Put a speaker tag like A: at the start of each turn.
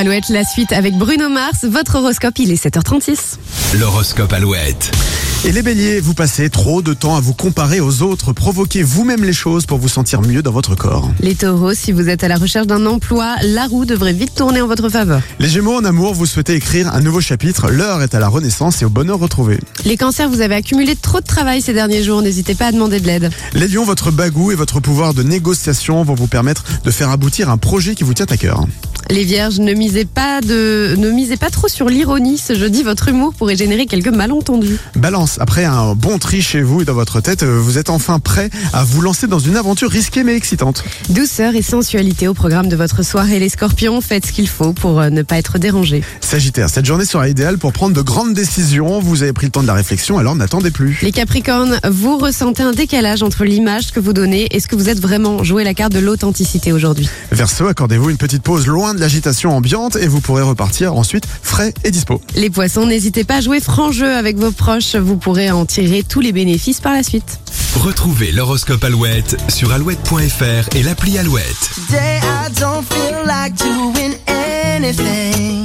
A: Alouette, la suite avec Bruno Mars, votre horoscope, il est 7h36.
B: L'horoscope Alouette.
C: Et les béliers, vous passez trop de temps à vous comparer aux autres, provoquez vous-même les choses pour vous sentir mieux dans votre corps.
A: Les taureaux, si vous êtes à la recherche d'un emploi, la roue devrait vite tourner en votre faveur.
C: Les gémeaux en amour, vous souhaitez écrire un nouveau chapitre, l'heure est à la renaissance et au bonheur retrouvé.
A: Les cancers, vous avez accumulé trop de travail ces derniers jours, n'hésitez pas à demander de l'aide.
C: Les lions, votre bagou et votre pouvoir de négociation vont vous permettre de faire aboutir un projet qui vous tient à cœur.
A: Les vierges, ne misez pas de, ne misez pas trop sur l'ironie, ce jeudi, votre humour pourrait générer quelques malentendus.
C: Balance, après un bon tri chez vous et dans votre tête, euh, vous êtes enfin prêt à vous lancer dans une aventure risquée mais excitante.
A: Douceur et sensualité au programme de votre soirée, les scorpions, faites ce qu'il faut pour euh, ne pas être dérangés.
C: Sagittaire, cette journée sera idéale pour prendre de grandes décisions, vous avez pris le temps de la réflexion alors n'attendez plus.
A: Les capricornes, vous ressentez un décalage entre l'image que vous donnez et ce que vous êtes vraiment. Jouez la carte de l'authenticité aujourd'hui.
C: Verseau, accordez-vous une petite pause loin de l'agitation ambiante et vous pourrez repartir ensuite frais et dispo.
A: Les poissons, n'hésitez pas à jouer franc jeu avec vos proches, vous pourrez en tirer tous les bénéfices par la suite.
B: Retrouvez l'horoscope Alouette sur alouette.fr et l'appli Alouette.
D: Today I don't feel like doing anything.